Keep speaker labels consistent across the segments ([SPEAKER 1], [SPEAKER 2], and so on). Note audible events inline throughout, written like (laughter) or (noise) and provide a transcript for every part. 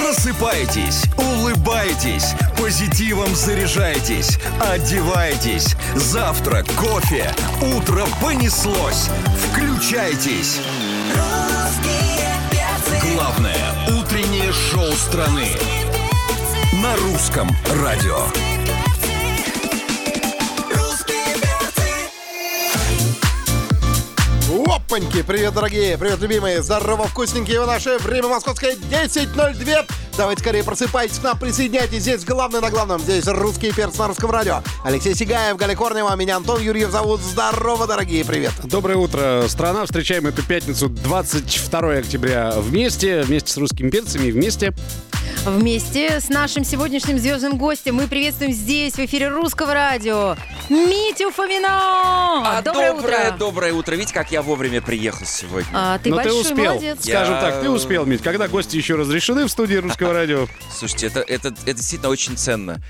[SPEAKER 1] Просыпайтесь, улыбайтесь, позитивом заряжайтесь, одевайтесь. Завтра кофе, утро понеслось. Включайтесь.
[SPEAKER 2] Русские перцы,
[SPEAKER 1] Главное утреннее шоу страны на русском радио.
[SPEAKER 2] русские перцы,
[SPEAKER 3] Опаньки! Привет, дорогие! Привет, любимые! Здорово, вкусненькие! Вы наше время московское 10.02! Давайте скорее просыпайтесь к нам, присоединяйтесь. Здесь главное на главном. Здесь русский перц на русском радио. Алексей Сигаев, Галя Корнева, а меня Антон Юрьев зовут. Здорово, дорогие! Привет!
[SPEAKER 4] Доброе утро, страна. Встречаем эту пятницу 22 октября вместе, вместе с русскими перцами, вместе.
[SPEAKER 5] Вместе с нашим сегодняшним звездным гостем мы приветствуем здесь, в эфире Русского радио, Митю Фомина!
[SPEAKER 6] А,
[SPEAKER 5] Доброе
[SPEAKER 6] доброе,
[SPEAKER 5] утро!
[SPEAKER 6] доброе утро. Видите, как я вовремя приехал сегодня.
[SPEAKER 5] А, ты
[SPEAKER 4] Но Ну, ты
[SPEAKER 5] большой
[SPEAKER 4] успел,
[SPEAKER 5] молодец.
[SPEAKER 4] скажем
[SPEAKER 6] Я-
[SPEAKER 4] так, ты успел, Мить. Когда гости еще разрешены в студии Русского
[SPEAKER 5] (laughs)
[SPEAKER 4] радио?
[SPEAKER 6] Слушайте, это, это, это действительно очень ценно.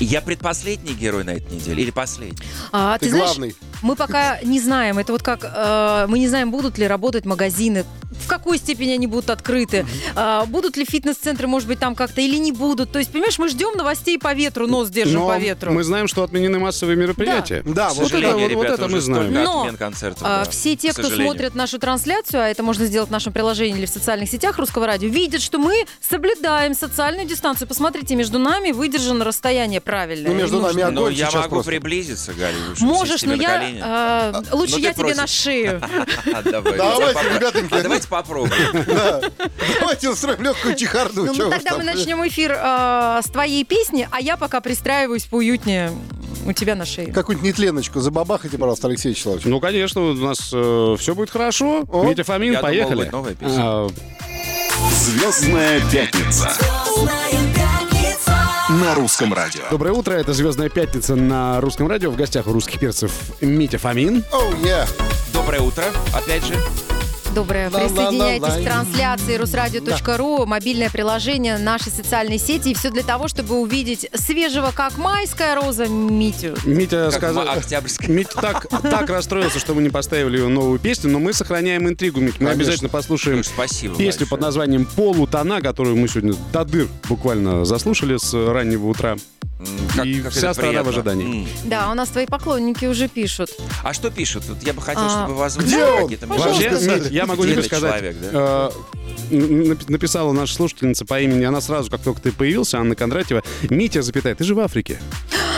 [SPEAKER 6] Я предпоследний герой на этой неделе или последний?
[SPEAKER 5] А,
[SPEAKER 3] Ты
[SPEAKER 5] знаешь,
[SPEAKER 3] главный.
[SPEAKER 5] мы пока не знаем. Это вот как э, мы не знаем, будут ли работать магазины, в какой степени они будут открыты, а, будут ли фитнес-центры, может быть, там как-то или не будут. То есть, понимаешь, мы ждем новостей по ветру, нос держим
[SPEAKER 4] Но
[SPEAKER 5] по ветру.
[SPEAKER 4] мы знаем, что отменены массовые мероприятия.
[SPEAKER 3] Да,
[SPEAKER 6] К
[SPEAKER 3] вот
[SPEAKER 4] это
[SPEAKER 6] сожалению,
[SPEAKER 4] вот- вот
[SPEAKER 6] ребята,
[SPEAKER 4] это
[SPEAKER 6] уже
[SPEAKER 4] мы знаем.
[SPEAKER 6] столько
[SPEAKER 5] Но,
[SPEAKER 6] отмен концертов,
[SPEAKER 5] А,
[SPEAKER 6] да,
[SPEAKER 5] Все те,
[SPEAKER 6] к
[SPEAKER 5] кто
[SPEAKER 6] сожалению.
[SPEAKER 5] смотрят нашу трансляцию, а это можно сделать в нашем приложении или в социальных сетях Русского радио, видят, что мы соблюдаем социальную дистанцию. Посмотрите, между нами выдержано расстояние правильное.
[SPEAKER 3] Ну, между
[SPEAKER 5] и нужное.
[SPEAKER 3] нами огонь
[SPEAKER 6] Но я
[SPEAKER 3] сейчас
[SPEAKER 6] могу
[SPEAKER 3] просто.
[SPEAKER 6] приблизиться, Галя. вы что,
[SPEAKER 5] Можешь,
[SPEAKER 6] сесть
[SPEAKER 5] но
[SPEAKER 6] тебе на
[SPEAKER 5] я...
[SPEAKER 6] колени?
[SPEAKER 5] э, лучше
[SPEAKER 6] Ну, ты
[SPEAKER 5] я тебе
[SPEAKER 6] просишь.
[SPEAKER 5] на
[SPEAKER 6] (laughs)
[SPEAKER 5] шею.
[SPEAKER 6] А, давай.
[SPEAKER 3] Давайте,
[SPEAKER 6] Попро-
[SPEAKER 3] ребятоньки.
[SPEAKER 6] А Давайте попробуем.
[SPEAKER 3] Да. Давайте устроим легкую чехарду.
[SPEAKER 5] Ну,
[SPEAKER 3] Чего
[SPEAKER 5] мы
[SPEAKER 3] уж
[SPEAKER 5] тогда
[SPEAKER 3] там.
[SPEAKER 5] мы начнем эфир э, с твоей песни, а я пока пристраиваюсь поуютнее у тебя на шее.
[SPEAKER 3] Какую-нибудь нетленочку забабахайте, пожалуйста, Алексей Человек.
[SPEAKER 4] Ну, конечно, у нас все будет хорошо.
[SPEAKER 3] О.
[SPEAKER 4] Митя Фомин,
[SPEAKER 6] Я думал,
[SPEAKER 4] поехали.
[SPEAKER 6] будет новая песня.
[SPEAKER 4] А,
[SPEAKER 7] Звездная пятница
[SPEAKER 2] звездная пятница,
[SPEAKER 7] на русском радио.
[SPEAKER 4] доброе утро, это «Звездная пятница» на русском радио. В гостях у русских перцев Митя Фомин.
[SPEAKER 3] Оу, yeah.
[SPEAKER 6] Доброе утро, опять же.
[SPEAKER 5] Доброе.
[SPEAKER 3] Ла-ла-ла-ла.
[SPEAKER 5] Присоединяйтесь к трансляции русрадио.ру, мобильное приложение, наши социальные сети. И все для того, чтобы увидеть свежего, как майская роза, Митю.
[SPEAKER 4] Митя
[SPEAKER 6] Как
[SPEAKER 4] сказал...
[SPEAKER 6] ма- октябрьская.
[SPEAKER 4] Мить так, так расстроился, что мы не поставили его новую песню, но мы сохраняем интригу, Мить. Мы
[SPEAKER 3] Конечно.
[SPEAKER 4] обязательно послушаем
[SPEAKER 6] Ну, Спасибо
[SPEAKER 4] песню
[SPEAKER 6] большое.
[SPEAKER 4] под названием «Полутона», которую мы сегодня до дыр буквально заслушали с раннего утра.
[SPEAKER 6] М, как-
[SPEAKER 4] и
[SPEAKER 6] как
[SPEAKER 4] вся
[SPEAKER 6] это
[SPEAKER 4] страна в
[SPEAKER 6] приятно.
[SPEAKER 4] ожидании.
[SPEAKER 6] М.
[SPEAKER 5] Да, у нас твои поклонники уже пишут.
[SPEAKER 6] А что пишут? Вот я бы хотел,
[SPEAKER 5] А,
[SPEAKER 6] чтобы вас
[SPEAKER 3] где
[SPEAKER 6] вызвали
[SPEAKER 3] он?
[SPEAKER 6] какие-то
[SPEAKER 4] Вообще,
[SPEAKER 6] моменты.
[SPEAKER 4] Мить, я могу тебе
[SPEAKER 6] Дельный
[SPEAKER 4] сказать,
[SPEAKER 6] человек, да?
[SPEAKER 4] э, н- нап- написала наша слушательница по имени, она сразу, как только ты появился, Анна Кондратьева, Митя, запятая, ты же в Африке.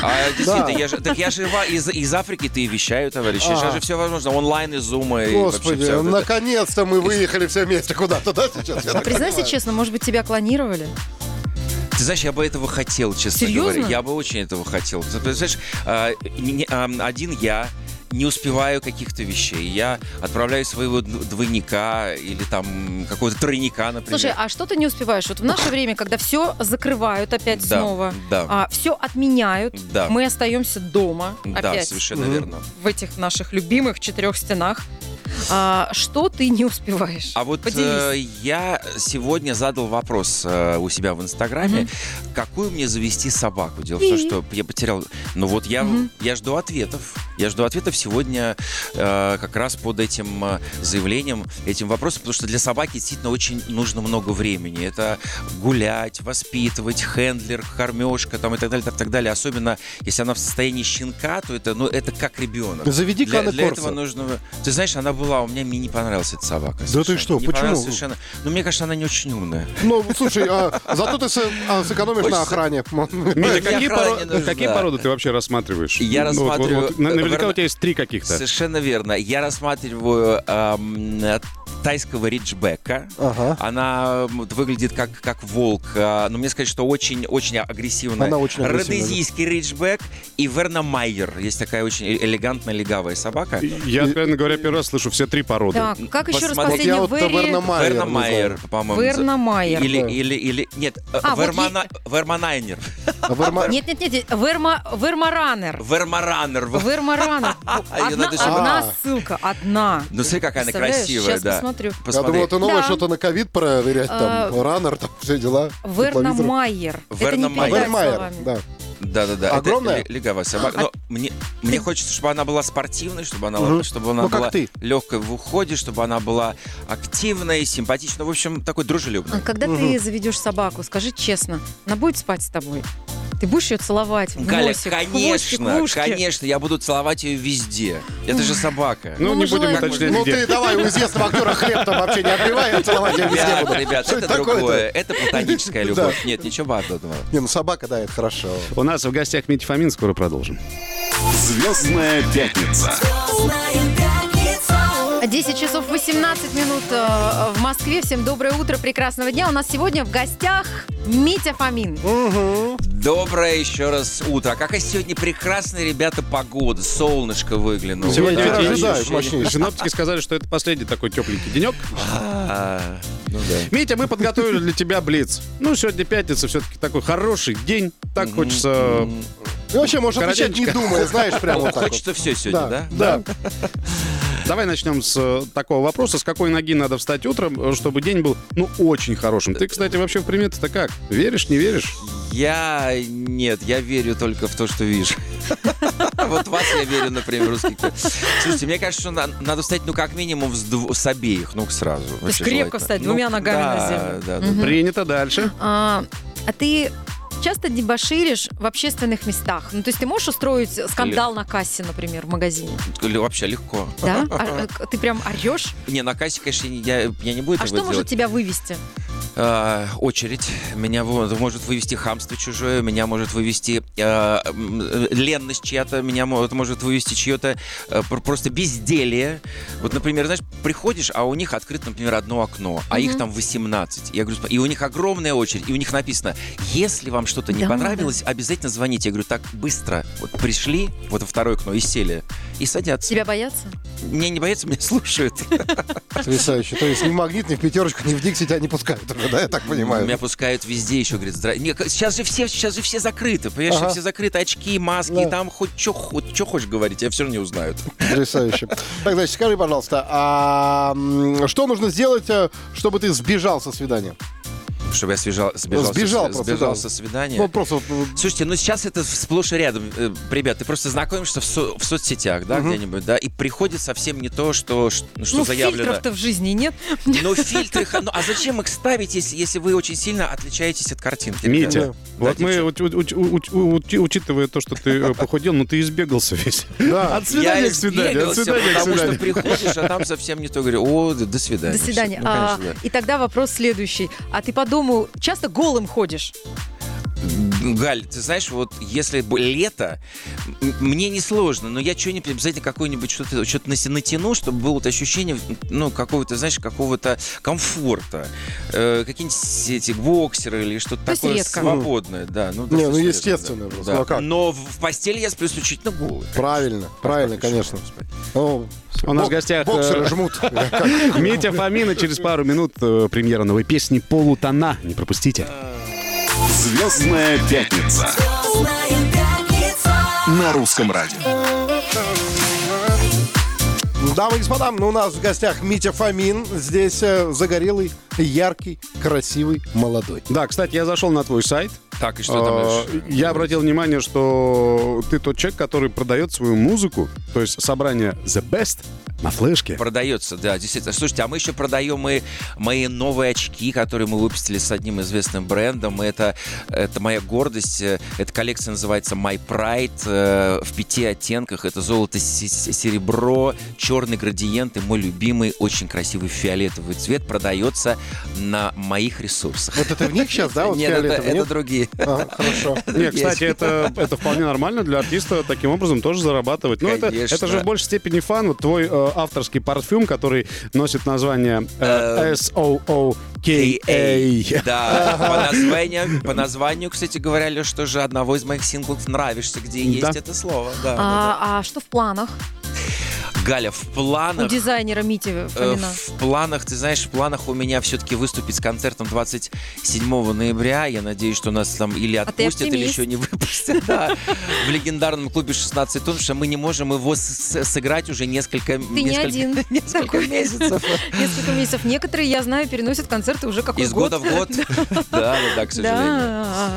[SPEAKER 6] А, действительно, я же, так я же ва- из, из Африки ты и вещаю, товарищи.
[SPEAKER 4] А.
[SPEAKER 6] Сейчас же все возможно. Онлайн из зума и
[SPEAKER 3] Господи,
[SPEAKER 6] вообще всё вот это.
[SPEAKER 3] наконец-то мы выехали все вместе куда-то, да, сейчас? Я так
[SPEAKER 5] А Признайся
[SPEAKER 3] понимаю.
[SPEAKER 5] честно, может быть, тебя клонировали?
[SPEAKER 6] Ты знаешь, я бы этого хотел, честно
[SPEAKER 5] Серьезно?
[SPEAKER 6] говоря. Я бы очень этого хотел. Ты, ты знаешь, а, не- а, один я не успеваю каких-то вещей. Я отправляю своего д- двойника или там какого-то тройника, например.
[SPEAKER 5] Слушай, а что ты не успеваешь? Вот в наше время, когда все закрывают опять
[SPEAKER 6] Да,
[SPEAKER 5] снова,
[SPEAKER 6] да.
[SPEAKER 5] все отменяют,
[SPEAKER 6] Да.
[SPEAKER 5] мы остаемся дома
[SPEAKER 6] да,
[SPEAKER 5] опять
[SPEAKER 6] совершенно
[SPEAKER 3] Мгм.
[SPEAKER 6] верно.
[SPEAKER 5] в этих наших любимых четырех стенах. А, что ты не успеваешь?
[SPEAKER 6] А вот
[SPEAKER 5] Поделись.
[SPEAKER 6] э, я сегодня задал вопрос э, у себя в Инстаграме, какую мне завести собаку. Дело в том,
[SPEAKER 5] И?
[SPEAKER 6] что я потерял. Ну вот я
[SPEAKER 5] Мгм.
[SPEAKER 6] я жду ответов. Я жду ответов сегодня э, как раз под этим э, заявлением, этим вопросом, потому что для собаки действительно очень нужно много времени. Это гулять, воспитывать, хендлер, кормежка, там и так далее, так, так далее. Особенно если она в состоянии щенка, то это ну это как ребенок.
[SPEAKER 3] Заведи
[SPEAKER 6] Для,
[SPEAKER 3] Кана
[SPEAKER 6] для
[SPEAKER 3] Корса.
[SPEAKER 6] этого нужно... Ты знаешь, она была, у меня мне не понравилась эта собака.
[SPEAKER 3] Да ты
[SPEAKER 6] совершенно.
[SPEAKER 3] что,
[SPEAKER 6] Не
[SPEAKER 3] почему?
[SPEAKER 6] понравилась Совершенно. Ну, мне кажется, она не очень умная.
[SPEAKER 3] Ну, слушай, а, зато ты сэ- а, сэкономишь на
[SPEAKER 6] Хочется.
[SPEAKER 3] охране.
[SPEAKER 4] Митя,
[SPEAKER 6] Мне
[SPEAKER 4] какие,
[SPEAKER 6] охрана
[SPEAKER 4] поро-
[SPEAKER 6] не нужна.
[SPEAKER 4] какие породы ты вообще рассматриваешь? Ну,
[SPEAKER 6] Я
[SPEAKER 4] вот- вот-
[SPEAKER 6] рассматриваю, э,
[SPEAKER 4] вот, на- наверняка
[SPEAKER 6] верно.
[SPEAKER 4] у тебя есть три каких-то.
[SPEAKER 6] Совершенно верно. Я рассматриваю эм, э, тайского риджбека.
[SPEAKER 3] Ага.
[SPEAKER 6] Она м, вот выглядит как, как волк. а, Но мне сказать, что очень-очень агрессивная.
[SPEAKER 3] Она очень агрессивная,
[SPEAKER 6] Родезийский риджбек и Верна Майер. Есть такая очень э- элегантная легавая собака.
[SPEAKER 4] Я, откровенно говоря, первый раз слышу все три породы.
[SPEAKER 5] Так, как еще раз
[SPEAKER 6] посмотри.
[SPEAKER 3] Вот я
[SPEAKER 5] последний
[SPEAKER 3] вот Таверна
[SPEAKER 5] Верри...
[SPEAKER 3] Майер.
[SPEAKER 6] Верна
[SPEAKER 3] не
[SPEAKER 6] Майер,
[SPEAKER 3] знаю.
[SPEAKER 6] по-моему.
[SPEAKER 5] Верна Майер.
[SPEAKER 6] Или,
[SPEAKER 3] Да.
[SPEAKER 6] или, или, нет, э,
[SPEAKER 5] А, вот
[SPEAKER 6] Вермана- Верманайнер.
[SPEAKER 3] А Верма-
[SPEAKER 5] Нет, нет, нет, Верма... Вермаранер.
[SPEAKER 6] Вермаранер. во- (laughs)
[SPEAKER 5] Вермаранер.
[SPEAKER 6] Её
[SPEAKER 5] Одна,
[SPEAKER 6] А, надо ещё-
[SPEAKER 5] одна
[SPEAKER 3] А.
[SPEAKER 5] ссылка, одна.
[SPEAKER 6] Ну, смотри, какая она
[SPEAKER 5] Представляешь?
[SPEAKER 6] красивая,
[SPEAKER 5] Сейчас
[SPEAKER 6] да.
[SPEAKER 5] посмотрю.
[SPEAKER 3] Я
[SPEAKER 6] Посмотри.
[SPEAKER 3] думал, ты новое
[SPEAKER 5] Да.
[SPEAKER 3] что-то на ковид проверять, там,
[SPEAKER 5] А,
[SPEAKER 3] раннер, там, все дела.
[SPEAKER 5] Верна
[SPEAKER 3] тепловизор.
[SPEAKER 5] Майер. Это
[SPEAKER 6] Верна
[SPEAKER 5] не
[SPEAKER 6] Майер.
[SPEAKER 5] передать
[SPEAKER 3] Вермайер,
[SPEAKER 5] словами.
[SPEAKER 3] да.
[SPEAKER 6] Да-да-да. это
[SPEAKER 3] Огромная? А
[SPEAKER 6] ле- легавая собака. Но мне, мне хочется, чтобы она была спортивной, чтобы она,
[SPEAKER 3] Мгм.
[SPEAKER 6] чтобы она
[SPEAKER 3] Ну, как
[SPEAKER 6] была
[SPEAKER 3] ты.
[SPEAKER 6] легкой в уходе, чтобы она была активной, симпатичной. В общем, такой дружелюбной.
[SPEAKER 5] А Когда ты заведешь собаку, скажи честно, она будет спать с тобой? Ты будешь ее целовать в
[SPEAKER 6] Галя,
[SPEAKER 5] носик, хвостик,
[SPEAKER 6] конечно,
[SPEAKER 5] в ушки?
[SPEAKER 6] конечно, я буду целовать ее везде. Это же собака.
[SPEAKER 4] Ну,
[SPEAKER 5] Ну,
[SPEAKER 4] не
[SPEAKER 5] мы
[SPEAKER 4] будем
[SPEAKER 5] желаем-
[SPEAKER 4] уточнять,
[SPEAKER 3] Ну
[SPEAKER 4] где.
[SPEAKER 3] ты давай, у известного актера хлеб там вообще не отбивай, а целовать я везде
[SPEAKER 6] Ребят,
[SPEAKER 3] буду.
[SPEAKER 6] ребят,
[SPEAKER 3] Что
[SPEAKER 6] это
[SPEAKER 3] такое-то?
[SPEAKER 6] другое. Это
[SPEAKER 3] (laughs)
[SPEAKER 6] платоническая любовь. Нет, ничего подобного.
[SPEAKER 3] Не, ну собака, да, это хорошо.
[SPEAKER 4] У нас в гостях Митя Фомин, скоро продолжим.
[SPEAKER 7] Звездная пятница.
[SPEAKER 2] Звездная пятница.
[SPEAKER 5] 10 А часов 18 минут э, в Москве. Всем доброе утро, прекрасного дня. У нас сегодня в гостях Митя Фомин.
[SPEAKER 6] Доброе еще раз утро. А Какая сегодня прекрасная, ребята, погода. Солнышко выглянуло.
[SPEAKER 3] Сегодня
[SPEAKER 6] Да,
[SPEAKER 3] не ожидаю,
[SPEAKER 6] ощущение.
[SPEAKER 3] мощнее.
[SPEAKER 4] Синоптики сказали, что это последний такой тепленький денек.
[SPEAKER 6] А, ну да.
[SPEAKER 4] Митя, мы подготовили для тебя блиц. Ну, сегодня пятница, все-таки такой хороший день. Так хочется...
[SPEAKER 3] И вообще, можно отвечать не
[SPEAKER 4] Коротенько.
[SPEAKER 3] думая, знаешь, прямо вот так вот.
[SPEAKER 6] Хочется все сегодня, да?
[SPEAKER 4] Да. Давай начнем с э, такого вопроса. С какой ноги надо встать утром, э, чтобы день был, ну, очень хорошим? Ты, кстати, вообще в приметы-то как? Веришь, не веришь?
[SPEAKER 6] Я... Нет, я верю только в то, что вижу. (laughs) Вот вас я верю, например, русский. Слушайте, мне кажется, что на- надо встать, ну, как минимум, с дв- с обеих ног сразу. Вообще
[SPEAKER 5] крепко
[SPEAKER 6] желательно.
[SPEAKER 5] встать,
[SPEAKER 6] Ну,
[SPEAKER 5] двумя ногами на
[SPEAKER 6] да,
[SPEAKER 5] землю.
[SPEAKER 6] Да, да.
[SPEAKER 4] Принято дальше.
[SPEAKER 5] А, а ты часто дебоширишь в общественных местах? Ну, то есть ты можешь устроить скандал на кассе, например, в магазине?
[SPEAKER 6] Ле- Вообще легко. (laughs)
[SPEAKER 5] Да? А, э, к- ты прям орешь?
[SPEAKER 6] Не, на кассе, конечно, я, я не буду
[SPEAKER 5] А
[SPEAKER 6] этого
[SPEAKER 5] что может
[SPEAKER 6] делать.
[SPEAKER 5] тебя вывести?
[SPEAKER 6] А, очередь. Меня во- может вывести хамство чужое, меня может вывести а, м, э, ленность чья-то, меня мо- это может вывести чье-то э, пр- просто безделие. Вот, например, знаешь, приходишь, а у них открыто, например, одно окно, а их там 18. Я говорю, «Спа- и у них огромная очередь, и у них написано, если вам что-то не
[SPEAKER 5] Да,
[SPEAKER 6] понравилось, обязательно звоните. Я говорю, так быстро. Вот пришли, вот во второе окно, и сели, и садятся.
[SPEAKER 5] Тебя боятся?
[SPEAKER 6] Мне не боятся, меня слушают.
[SPEAKER 3] Потрясающе. То есть ни в магнит, ни в пятерочку, ни в Дикси тебя не пускают уже, да, я так
[SPEAKER 6] Меня
[SPEAKER 3] понимаю?
[SPEAKER 6] пускают везде еще, говорит, здра... Не, к- сейчас же все, сейчас же все закрыты, понимаешь,
[SPEAKER 3] Ага.
[SPEAKER 6] все закрыты, очки, маски,
[SPEAKER 3] Да.
[SPEAKER 6] там хоть что хоть, чё хочешь говорить, тебя все равно не узнают.
[SPEAKER 3] Потрясающе. Так, значит, скажи, пожалуйста, а м, что нужно сделать, э, чтобы ты сбежал со свидания?
[SPEAKER 6] Чтобы я сбежал, сбежал,
[SPEAKER 3] Сбежал
[SPEAKER 6] со,
[SPEAKER 3] просто,
[SPEAKER 6] сбежал
[SPEAKER 3] да.
[SPEAKER 6] со свидания.
[SPEAKER 3] Ну, просто вот, э,
[SPEAKER 6] Слушайте, ну сейчас это сплошь и рядом. Э, Ребят, ты просто знакомишься в, со- в соцсетях, да, где-нибудь, да, и приходит совсем не то, что, ш- что
[SPEAKER 5] ну,
[SPEAKER 6] заявлено.
[SPEAKER 5] фильтров-то в жизни нет.
[SPEAKER 6] Но фильтры, ха- ну а зачем их ставить, если, если вы очень сильно отличаетесь от картинки?
[SPEAKER 4] Митя,
[SPEAKER 6] ребята?
[SPEAKER 4] вот
[SPEAKER 6] Да,
[SPEAKER 4] мы,
[SPEAKER 6] девчонки.
[SPEAKER 4] у- у- у- у- у- у- учитывая то, что ты э, похудел, но ты избегался весь.
[SPEAKER 3] да.
[SPEAKER 4] От свидания к свиданию, от
[SPEAKER 6] избегался,
[SPEAKER 4] свидания к
[SPEAKER 6] потому что
[SPEAKER 4] свиданию.
[SPEAKER 6] приходишь, а там совсем не то. Говорю, о, д- до свидания.
[SPEAKER 5] До свидания.
[SPEAKER 6] Ну, конечно,
[SPEAKER 5] А,
[SPEAKER 6] да.
[SPEAKER 5] И тогда вопрос следующий. А ты по дому часто голым ходишь?
[SPEAKER 6] Галь, ты знаешь, вот если бы лето, м- мне несложно, но я что-нибудь обязательно какое-нибудь что-то что натяну, чтобы было вот ощущение, ну, какого-то, знаешь, какого-то комфорта. Э, какие-нибудь с- эти боксеры или что-то
[SPEAKER 5] То есть
[SPEAKER 6] такое
[SPEAKER 5] редко.
[SPEAKER 6] свободное. Да, ну, да,
[SPEAKER 3] Не,
[SPEAKER 6] что
[SPEAKER 3] ну,
[SPEAKER 6] ж,
[SPEAKER 3] естественно
[SPEAKER 6] да.
[SPEAKER 3] просто,
[SPEAKER 6] Да.
[SPEAKER 3] ну, а как?
[SPEAKER 6] Но в в постели я сплю исключительно голый.
[SPEAKER 3] Правильно, правильно, конечно. А, О,
[SPEAKER 4] У нас в
[SPEAKER 3] бок-
[SPEAKER 4] гостях, э,
[SPEAKER 3] Боксеры жмут.
[SPEAKER 4] (laughs)
[SPEAKER 3] (laughs)
[SPEAKER 4] Митя Фомина через пару минут э, премьера новой песни «Полутона». Не пропустите.
[SPEAKER 7] Звездная пятница.
[SPEAKER 2] Звездная пятница.
[SPEAKER 7] На русском радио.
[SPEAKER 3] Дамы и господа, ну, у нас в гостях Митя Фомин. Здесь э, загорелый, яркий, красивый, молодой.
[SPEAKER 4] Да, кстати, я зашел на твой сайт.
[SPEAKER 6] Так, и что там
[SPEAKER 4] А,
[SPEAKER 6] дальше?
[SPEAKER 4] Я обратил внимание, что ты тот человек, который продает свою музыку, то есть собрание The Best на флешке.
[SPEAKER 6] Продается, да, действительно. Слушайте, а мы еще продаем и мои новые очки, которые мы выпустили с одним известным брендом. И это, это моя гордость. Э, Эта коллекция называется My Pride э, в пяти оттенках. Это золото, се- се- серебро, черный градиент и мой любимый очень красивый фиолетовый цвет продается на моих ресурсах.
[SPEAKER 3] Вот это в них сейчас, да, А вот
[SPEAKER 6] Нет, это,
[SPEAKER 3] фиолетовый,
[SPEAKER 6] это
[SPEAKER 3] нет? А,
[SPEAKER 6] другие.
[SPEAKER 3] Ага, хорошо.
[SPEAKER 4] Не,
[SPEAKER 6] Есть.
[SPEAKER 4] кстати, это, это вполне нормально для артиста таким образом тоже зарабатывать. Но это,
[SPEAKER 6] Конечно.
[SPEAKER 4] это же в большей степени фан. Вот твой э, авторский парфюм, который носит название э,
[SPEAKER 6] Эм.
[SPEAKER 4] S-O-O-K-A.
[SPEAKER 6] Да, по названию, по названию, кстати говоря, Леш, что же одного из моих синглов «Нравишься», где
[SPEAKER 4] Да.
[SPEAKER 6] есть это слово. Да, да, да.
[SPEAKER 5] А, а что в планах?
[SPEAKER 6] Галя, в
[SPEAKER 5] У
[SPEAKER 6] планах...
[SPEAKER 5] дизайнера Мити
[SPEAKER 6] э,
[SPEAKER 5] Фомина.
[SPEAKER 6] В планах, ты знаешь, в планах у меня все-таки выступить с концертом 27 ноября. Я надеюсь, что нас там или
[SPEAKER 5] А ты
[SPEAKER 6] отпустят, или
[SPEAKER 5] оптимист.
[SPEAKER 6] еще не выпустят. да. В легендарном клубе 16 тонн, потому что мы не можем его с- с- сыграть уже несколько...
[SPEAKER 5] Ты не один.
[SPEAKER 6] (laughs) Несколько месяцев.
[SPEAKER 5] Несколько месяцев. Некоторые, я знаю, переносят концерты уже какой
[SPEAKER 6] Из года в
[SPEAKER 5] (laughs)
[SPEAKER 6] год. Да, да, да, к сожалению.
[SPEAKER 5] Да,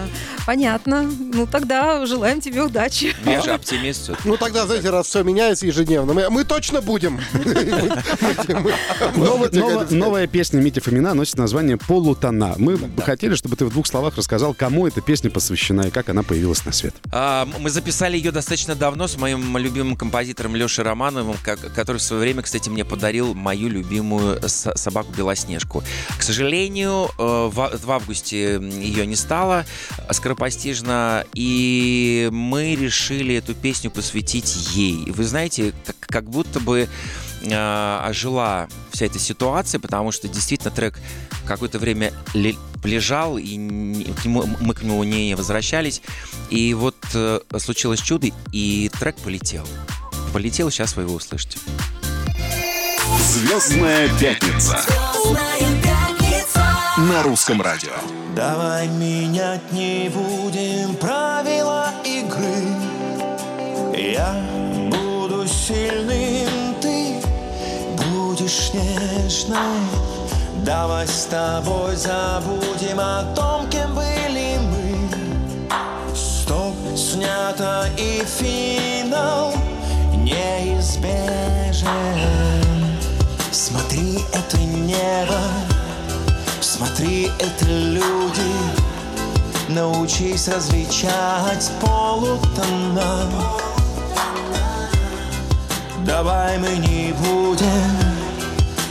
[SPEAKER 5] понятно. Ну тогда желаем тебе удачи.
[SPEAKER 6] Я же оптимист. всё-таки.
[SPEAKER 3] Ну тогда, знаете, раз все меняется ежедневно, мы, мы точно
[SPEAKER 4] (laughs)
[SPEAKER 3] будем. (laughs)
[SPEAKER 4] Ново- ново- Новая песня Мити Фомина носит название «Полутона». Мы бы хотели, чтобы ты в двух словах рассказал, кому эта песня посвящена и как она появилась на свет.
[SPEAKER 6] А, м- Мы записали ее достаточно давно с моим любимым композитором Лешей Романовым, как- который в свое время, кстати, мне подарил мою любимую со- собаку Белоснежку. К сожалению, э, в а- в августе ее не стало а, скоропостижно, и мы решили эту песню посвятить ей. И Вы знаете, как- как будто бы а, ожила вся эта ситуация, потому что действительно трек какое-то время ле- лежал, и не- к нему- мы к нему не возвращались. И вот э, случилось чудо, и трек полетел. Полетел, сейчас вы его услышите.
[SPEAKER 7] Звездная пятница
[SPEAKER 2] Звездная пятница.
[SPEAKER 7] на русском радио.
[SPEAKER 8] Давай менять не будем правила игры. Я буду сильным, ты будешь нежной. Давай с тобой забудем о том, кем были мы. Стоп, снято и финал неизбежен. Смотри, это небо. Смотри, это люди Научись различать полутона Давай мы не будем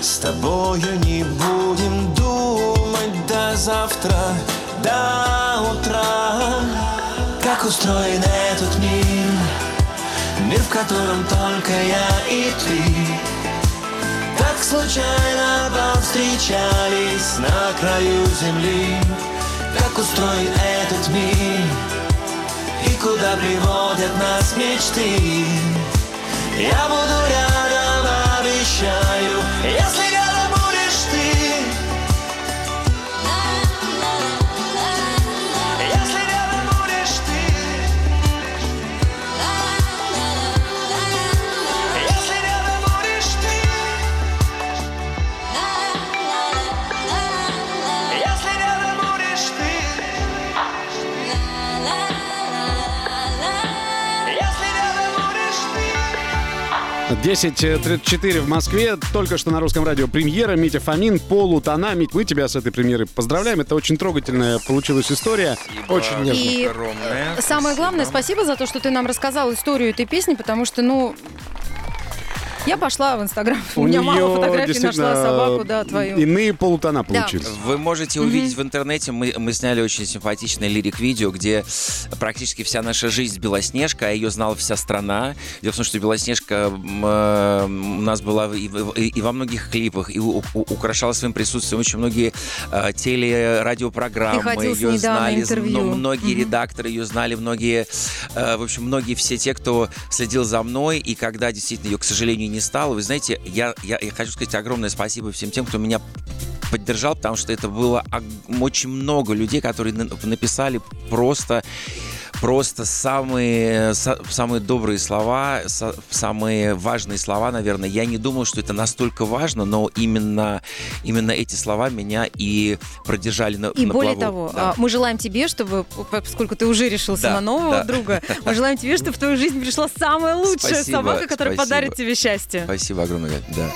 [SPEAKER 8] С тобою не будем думать До завтра, до утра Как устроен этот мир Мир, в котором только я и ты так случайно повстречались на краю земли Как устроен этот мир И куда приводят нас мечты Я буду рядом, обещаю Если рядом будешь ты Если рядом будешь ты Если рядом будешь ты Если рядом будешь ты Если рядом будешь ты
[SPEAKER 4] 10.34 в Москве. Только что на русском радио премьера Митя Фомин «Полутона». Мить, мы тебя с этой премьерой поздравляем. Это очень трогательная получилась история.
[SPEAKER 3] Очень нежно.
[SPEAKER 5] И
[SPEAKER 6] Огромное.
[SPEAKER 5] самое главное, спасибо за то, что ты нам рассказал историю этой песни, потому что, ну, я пошла в Инстаграм. (laughs) У, меня мало
[SPEAKER 4] неё
[SPEAKER 5] фотографий
[SPEAKER 4] действительно,
[SPEAKER 5] нашла собаку, да, твою.
[SPEAKER 4] Иные полутона получились.
[SPEAKER 6] Вы можете увидеть в интернете, мы, мы сняли очень симпатичное лирик-видео, где практически вся наша жизнь Белоснежка, а ее знала вся страна. Дело в том, что Белоснежка м, э, у нас была и, в- и- и во многих клипах, и у- у- украшала своим присутствием очень многие э, телерадиопрограммы.
[SPEAKER 5] Ты ходил с
[SPEAKER 6] Её
[SPEAKER 5] ней, да, на
[SPEAKER 6] знали,
[SPEAKER 5] интервью.
[SPEAKER 6] ну, многие редакторы ее знали, многие, э, в общем, многие все те, кто следил за мной, и когда действительно ее, к сожалению, не стало, вы знаете, я, я, я хочу сказать огромное спасибо всем тем, кто меня поддержал, потому что это было ог- очень много людей, которые на- написали просто просто самые са- самые добрые слова, са- самые важные слова, наверное. Я не думал, что это настолько важно, но именно именно эти слова меня и продержали на,
[SPEAKER 5] И
[SPEAKER 6] на
[SPEAKER 5] более
[SPEAKER 6] плаву.
[SPEAKER 5] того,
[SPEAKER 6] Да.
[SPEAKER 5] а, мы желаем тебе, чтобы, поскольку ты уже решился
[SPEAKER 6] Да,
[SPEAKER 5] на нового
[SPEAKER 6] да. (laughs)
[SPEAKER 5] друга, мы желаем тебе, чтобы в твою жизнь пришла самая лучшая
[SPEAKER 6] Спасибо,
[SPEAKER 5] собака, которая
[SPEAKER 6] спасибо.
[SPEAKER 5] подарит тебе счастье.
[SPEAKER 6] Спасибо огромное, Галь, да.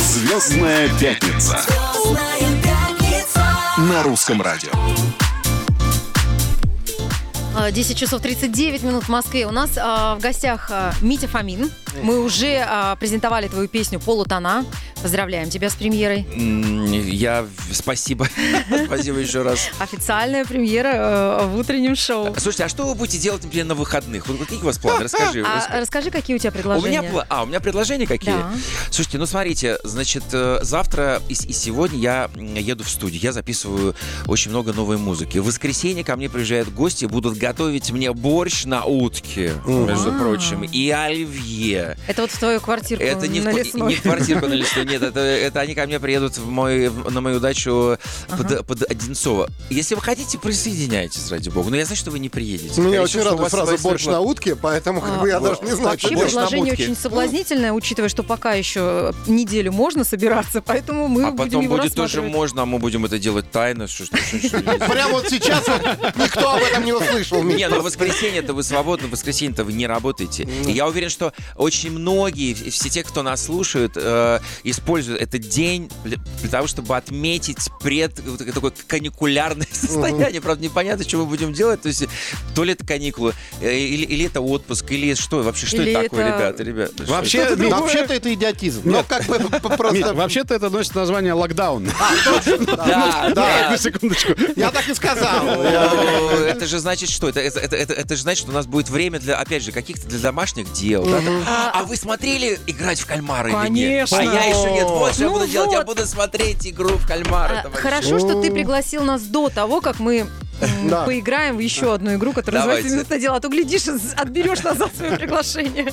[SPEAKER 7] Звездная пятница
[SPEAKER 2] Звездная пятница.
[SPEAKER 7] на русском радио.
[SPEAKER 5] А, 10 часов 39 минут в Москве. У нас а, в гостях а, Митя Фомин. Мы уже а, презентовали твою песню «Полутона». Поздравляем тебя с премьерой.
[SPEAKER 6] М, Я... Спасибо. (laughs) Спасибо еще раз.
[SPEAKER 5] Официальная премьера э, в утреннем шоу.
[SPEAKER 6] Слушайте, а что вы будете делать, например, на выходных? Вот какие у вас планы? Расскажи.
[SPEAKER 5] А
[SPEAKER 6] расскажи.
[SPEAKER 5] расскажи, какие у тебя
[SPEAKER 6] У
[SPEAKER 5] предложения?
[SPEAKER 6] меня, пла- а, у меня предложения какие?
[SPEAKER 5] Да.
[SPEAKER 6] Слушайте, ну смотрите, значит, э, завтра и, с- и сегодня я м, еду в студию, я записываю очень много новой музыки. В воскресенье ко мне приезжают гости, будут готовить мне борщ на утке, между
[SPEAKER 5] Вау.
[SPEAKER 6] прочим, и оливье.
[SPEAKER 5] Это вот в твою квартирку
[SPEAKER 6] Это не, в
[SPEAKER 5] на
[SPEAKER 6] ква-
[SPEAKER 5] лесной.
[SPEAKER 6] не в
[SPEAKER 5] (laughs)
[SPEAKER 6] квартирку на лесной, нет, это, это они ко мне приедут в мой, в- на мою дачу под, под Одинцово. Если вы хотите, присоединяйтесь, ради бога. Но я знаю, что вы не приедете.
[SPEAKER 3] Меня
[SPEAKER 6] Я
[SPEAKER 3] очень
[SPEAKER 6] решил, что у
[SPEAKER 3] радует
[SPEAKER 6] вас свои
[SPEAKER 3] фраза «борщ
[SPEAKER 6] свои
[SPEAKER 3] на утке», поэтому как бы я
[SPEAKER 5] А,
[SPEAKER 3] даже не знаю, что
[SPEAKER 5] Вообще
[SPEAKER 3] больше.
[SPEAKER 5] предложение
[SPEAKER 6] утке.
[SPEAKER 3] Ну.
[SPEAKER 5] очень соблазнительное, учитывая, что пока еще э, неделю можно собираться, поэтому мы
[SPEAKER 6] А
[SPEAKER 5] будем
[SPEAKER 6] потом
[SPEAKER 5] его
[SPEAKER 6] будет тоже
[SPEAKER 5] рассматривать.
[SPEAKER 6] можно, а мы будем это делать тайно. Что, что- что- что-
[SPEAKER 3] Прямо вот сейчас вот никто об этом не услышал.
[SPEAKER 6] (laughs) Не, ну в воскресенье-то вы свободны, в воскресенье-то вы не работаете. И я уверен, что очень многие, и все те, кто нас слушает, э, используют этот день для, для того, чтобы отметить пред вот такое- такое каникулярное (laughs) состояние. Правда, непонятно, что мы будем делать. То есть, то ли это каникулы, э, или, или это отпуск, или что вообще, что
[SPEAKER 5] Или
[SPEAKER 6] это такое,
[SPEAKER 5] это-
[SPEAKER 6] ребята, ребята? что
[SPEAKER 4] Вообще,
[SPEAKER 6] это?
[SPEAKER 3] Вообще-то
[SPEAKER 4] другое.
[SPEAKER 3] вообще-то это идиотизм. Но как бы п-
[SPEAKER 4] Мить,
[SPEAKER 3] просто...
[SPEAKER 4] вообще-то это носит название локдаун. (laughs)
[SPEAKER 6] Да, да.
[SPEAKER 4] Одну секундочку.
[SPEAKER 3] Я так и сказал.
[SPEAKER 6] О, Это же значит что? Это, это, это, это- это же значит, что у нас будет время для, опять же, каких-то для домашних дел. да? А, а вы смотрели играть в кальмары
[SPEAKER 5] Конечно.
[SPEAKER 6] или нет? А я еще нет. Вот что я
[SPEAKER 5] Ну
[SPEAKER 6] буду делать. Я
[SPEAKER 5] вот.
[SPEAKER 6] буду смотреть игру в кальмары.
[SPEAKER 5] А,
[SPEAKER 6] товарищи.
[SPEAKER 5] Хорошо, что ты пригласил нас до того, как мы м,
[SPEAKER 3] Да.
[SPEAKER 5] поиграем в еще одну игру, которая
[SPEAKER 6] Давайте.
[SPEAKER 5] называется «Минутное дело», а то, глядишь, из- отберешь назад свое приглашение.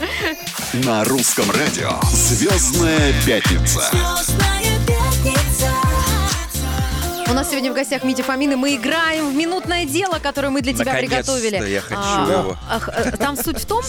[SPEAKER 7] На русском радио. Звездная пятница.
[SPEAKER 2] Звездная пятница.
[SPEAKER 5] У нас сегодня в гостях Митя Фомин, и мы играем в минутное дело, которое мы для тебя
[SPEAKER 6] Наконец-то
[SPEAKER 5] приготовили.
[SPEAKER 6] я хочу
[SPEAKER 5] А,
[SPEAKER 6] его.
[SPEAKER 5] ах, э, Там суть в том,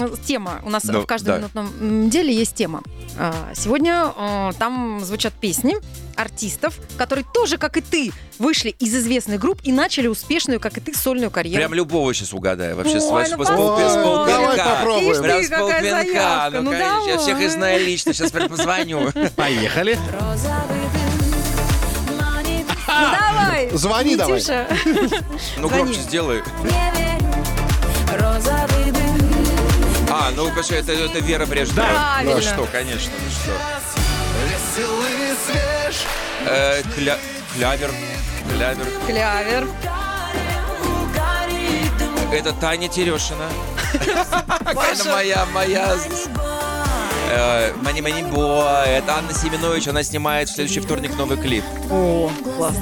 [SPEAKER 5] м, тема. У нас
[SPEAKER 6] Ну,
[SPEAKER 5] в каждом
[SPEAKER 6] да.
[SPEAKER 5] минутном м, деле есть тема. А, Сегодня э, там звучат песни артистов, которые тоже, как и ты, вышли из известных групп и начали успешную, как и ты, сольную карьеру.
[SPEAKER 6] Прям любого сейчас угадаю. Вообще, с,
[SPEAKER 5] Ой,
[SPEAKER 6] с-
[SPEAKER 5] ну
[SPEAKER 6] с- с- с- с
[SPEAKER 5] попробуем.
[SPEAKER 3] Давай
[SPEAKER 6] полпинка.
[SPEAKER 3] попробуем.
[SPEAKER 5] Ишь ты,
[SPEAKER 6] Прям с
[SPEAKER 5] какая
[SPEAKER 6] полпинка.
[SPEAKER 5] заявка.
[SPEAKER 6] Ну,
[SPEAKER 5] Ну,
[SPEAKER 6] конечно, я всех
[SPEAKER 5] давай.
[SPEAKER 6] и знаю лично. Сейчас
[SPEAKER 5] (laughs)
[SPEAKER 6] прям позвоню.
[SPEAKER 4] Поехали.
[SPEAKER 2] Розовый дым манит.
[SPEAKER 5] Ну, давай!
[SPEAKER 3] Звони давай.
[SPEAKER 5] Митюша.
[SPEAKER 6] Ну,
[SPEAKER 5] Звони.
[SPEAKER 6] громче сделай.
[SPEAKER 2] Не верю. Розовый дым.
[SPEAKER 6] А, ну, конечно, это, это Вера Брежнева.
[SPEAKER 5] Правильно.
[SPEAKER 6] Ну что, конечно, ну что. Э, кля- Клявер. Клявер.
[SPEAKER 5] Клявер.
[SPEAKER 6] Это Таня Терешина. Это моя, моя. Мани Мани Бо. Это Анна Семенович. Она снимает в следующий вторник новый клип.
[SPEAKER 5] О, класс.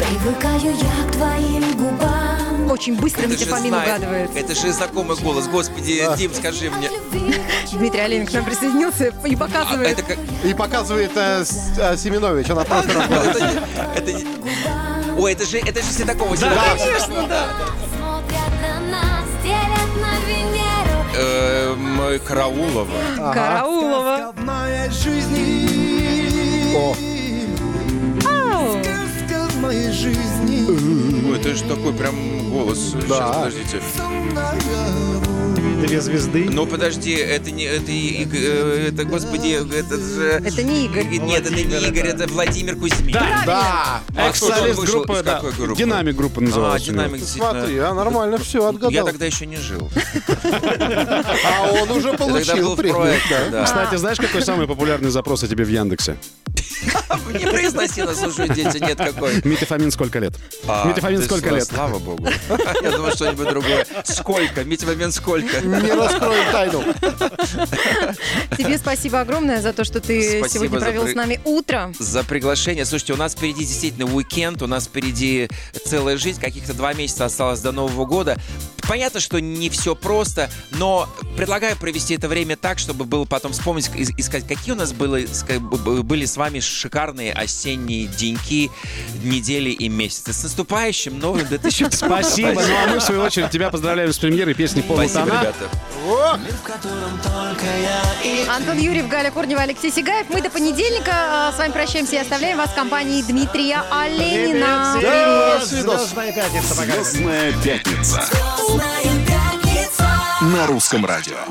[SPEAKER 2] Привыкаю я к твоим губам.
[SPEAKER 5] Очень быстро Митя Фомин
[SPEAKER 6] знает-
[SPEAKER 5] угадывает.
[SPEAKER 6] это же знакомый голос. Господи, Дим, скажи мне.
[SPEAKER 5] Дмитрий Оленин к нам присоединился и
[SPEAKER 6] А
[SPEAKER 5] показывает.
[SPEAKER 6] это как-
[SPEAKER 3] И показывает э, с- э, Семенович. Она просто...
[SPEAKER 6] это не- это не- Ой, это же, это же Седокова. Седокова.
[SPEAKER 2] Смотрят на нас, делят на Венеру.
[SPEAKER 6] Эм, Караулова.
[SPEAKER 5] Караулова. Ау.
[SPEAKER 6] Ой, это же такой прям голос. Сейчас, подождите.
[SPEAKER 9] Две звезды.
[SPEAKER 6] Ну, подожди, это не... Это, и- и- э, это господи, это же... э,
[SPEAKER 5] Это не Игорь.
[SPEAKER 6] Нет, это не Игорь, это Владимир Кузьмин.
[SPEAKER 3] Да.
[SPEAKER 6] А кто
[SPEAKER 4] Экс-солист
[SPEAKER 6] там вышел?
[SPEAKER 4] группы,
[SPEAKER 6] Из
[SPEAKER 4] да.
[SPEAKER 6] какой группы?
[SPEAKER 4] Динамик группа
[SPEAKER 6] А,
[SPEAKER 4] называлась. у него.
[SPEAKER 6] динамик действительно.
[SPEAKER 3] Смотри, а нормально все
[SPEAKER 6] Я
[SPEAKER 3] отгадал.
[SPEAKER 6] тогда еще не жил.
[SPEAKER 3] А он уже
[SPEAKER 6] Я тогда
[SPEAKER 3] получил
[SPEAKER 6] был в
[SPEAKER 3] премию.
[SPEAKER 6] проекте, да.
[SPEAKER 4] А, Кстати, знаешь, какой самый популярный запрос о тебе в Яндексе?
[SPEAKER 6] Не произноси нас уже, дети, нет какой.
[SPEAKER 4] Митя Фомин сколько лет?
[SPEAKER 6] А,
[SPEAKER 4] Митя Фомин
[SPEAKER 6] ты
[SPEAKER 4] сколько
[SPEAKER 6] сла-
[SPEAKER 4] лет?
[SPEAKER 6] Слава богу. (laughs) Я думал, что-нибудь другое. Сколько? Митя Фомин сколько?
[SPEAKER 3] Не раскроем тайну.
[SPEAKER 5] Тебе спасибо огромное за то, что ты
[SPEAKER 6] Спасибо
[SPEAKER 5] сегодня
[SPEAKER 6] за
[SPEAKER 5] провел
[SPEAKER 6] при-
[SPEAKER 5] с нами утро.
[SPEAKER 6] за приглашение. Слушайте, у нас впереди действительно уикенд, у нас впереди целая жизнь, каких-то два месяца осталось до Нового года. Понятно, что не все просто, но предлагаю провести это время так, чтобы было потом вспомнить и, и сказать, какие у нас были, с- как бы бы- были с вами шикарные осенние деньки, недели и месяцы. С наступающим новым 2020
[SPEAKER 4] Спасибо. Ну а мы, в свою очередь, тебя поздравляем с премьерой песни
[SPEAKER 6] Спасибо,
[SPEAKER 4] «Полутона».
[SPEAKER 6] ребята.
[SPEAKER 5] Антон Юрьев, Галя Корнева, Алексей Сигаев. Мы до понедельника э, с вами прощаемся и оставляем вас в компании Дмитрия Оленина.
[SPEAKER 3] Да, свидос.
[SPEAKER 9] Звездная пятница. Пока.
[SPEAKER 7] Звездная пятница.
[SPEAKER 2] Звездная пятница.
[SPEAKER 7] На русском радио.